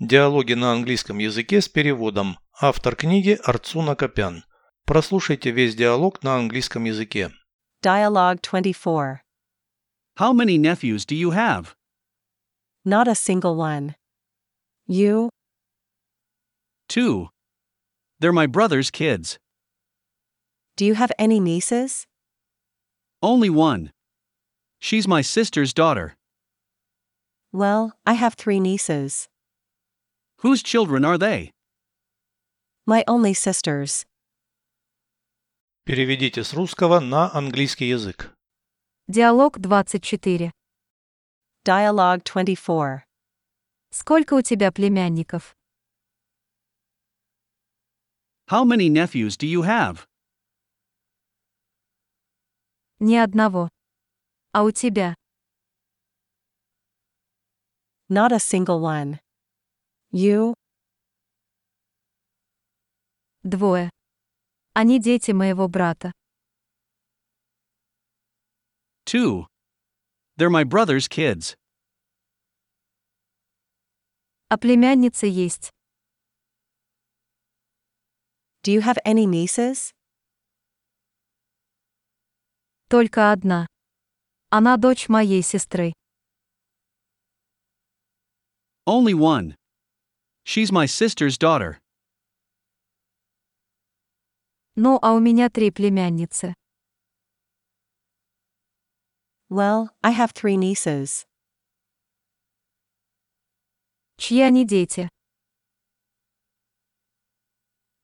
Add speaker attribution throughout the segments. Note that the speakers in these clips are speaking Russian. Speaker 1: Диалоги на английском языке с переводом. Автор книги Арцуна Копян. Прослушайте весь диалог на английском языке.
Speaker 2: Dialogue 24.
Speaker 3: How many nephews do you have?
Speaker 2: Not a single one. You,
Speaker 3: Two. They're my brother's kids.
Speaker 2: do you have any nieces?
Speaker 3: Only one. She's my sister's daughter.
Speaker 2: Well, I have three nieces.
Speaker 3: Whose children are they?
Speaker 2: My only sisters.
Speaker 1: Переведите с русского на английский язык.
Speaker 4: Диалог 24.
Speaker 2: Dialogue 24.
Speaker 4: Сколько у тебя племянников?
Speaker 3: How many nephews do you have?
Speaker 4: Ни одного. А у тебя?
Speaker 2: Not a single one. You,
Speaker 4: Двое. Они дети моего брата.
Speaker 3: Two. They're my brother's kids.
Speaker 4: А племянница есть.
Speaker 2: do you have any nieces?
Speaker 4: Только одна. Она дочь моей сестры.
Speaker 3: Only one. She's my sister's daughter.
Speaker 4: Ну а у меня три племянницы.
Speaker 2: Well, I have three nieces.
Speaker 4: Чьи они дети?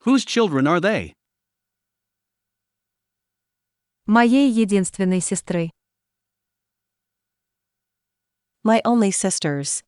Speaker 3: Whose children are they?
Speaker 4: Моей единственной сестры.
Speaker 2: My only sisters.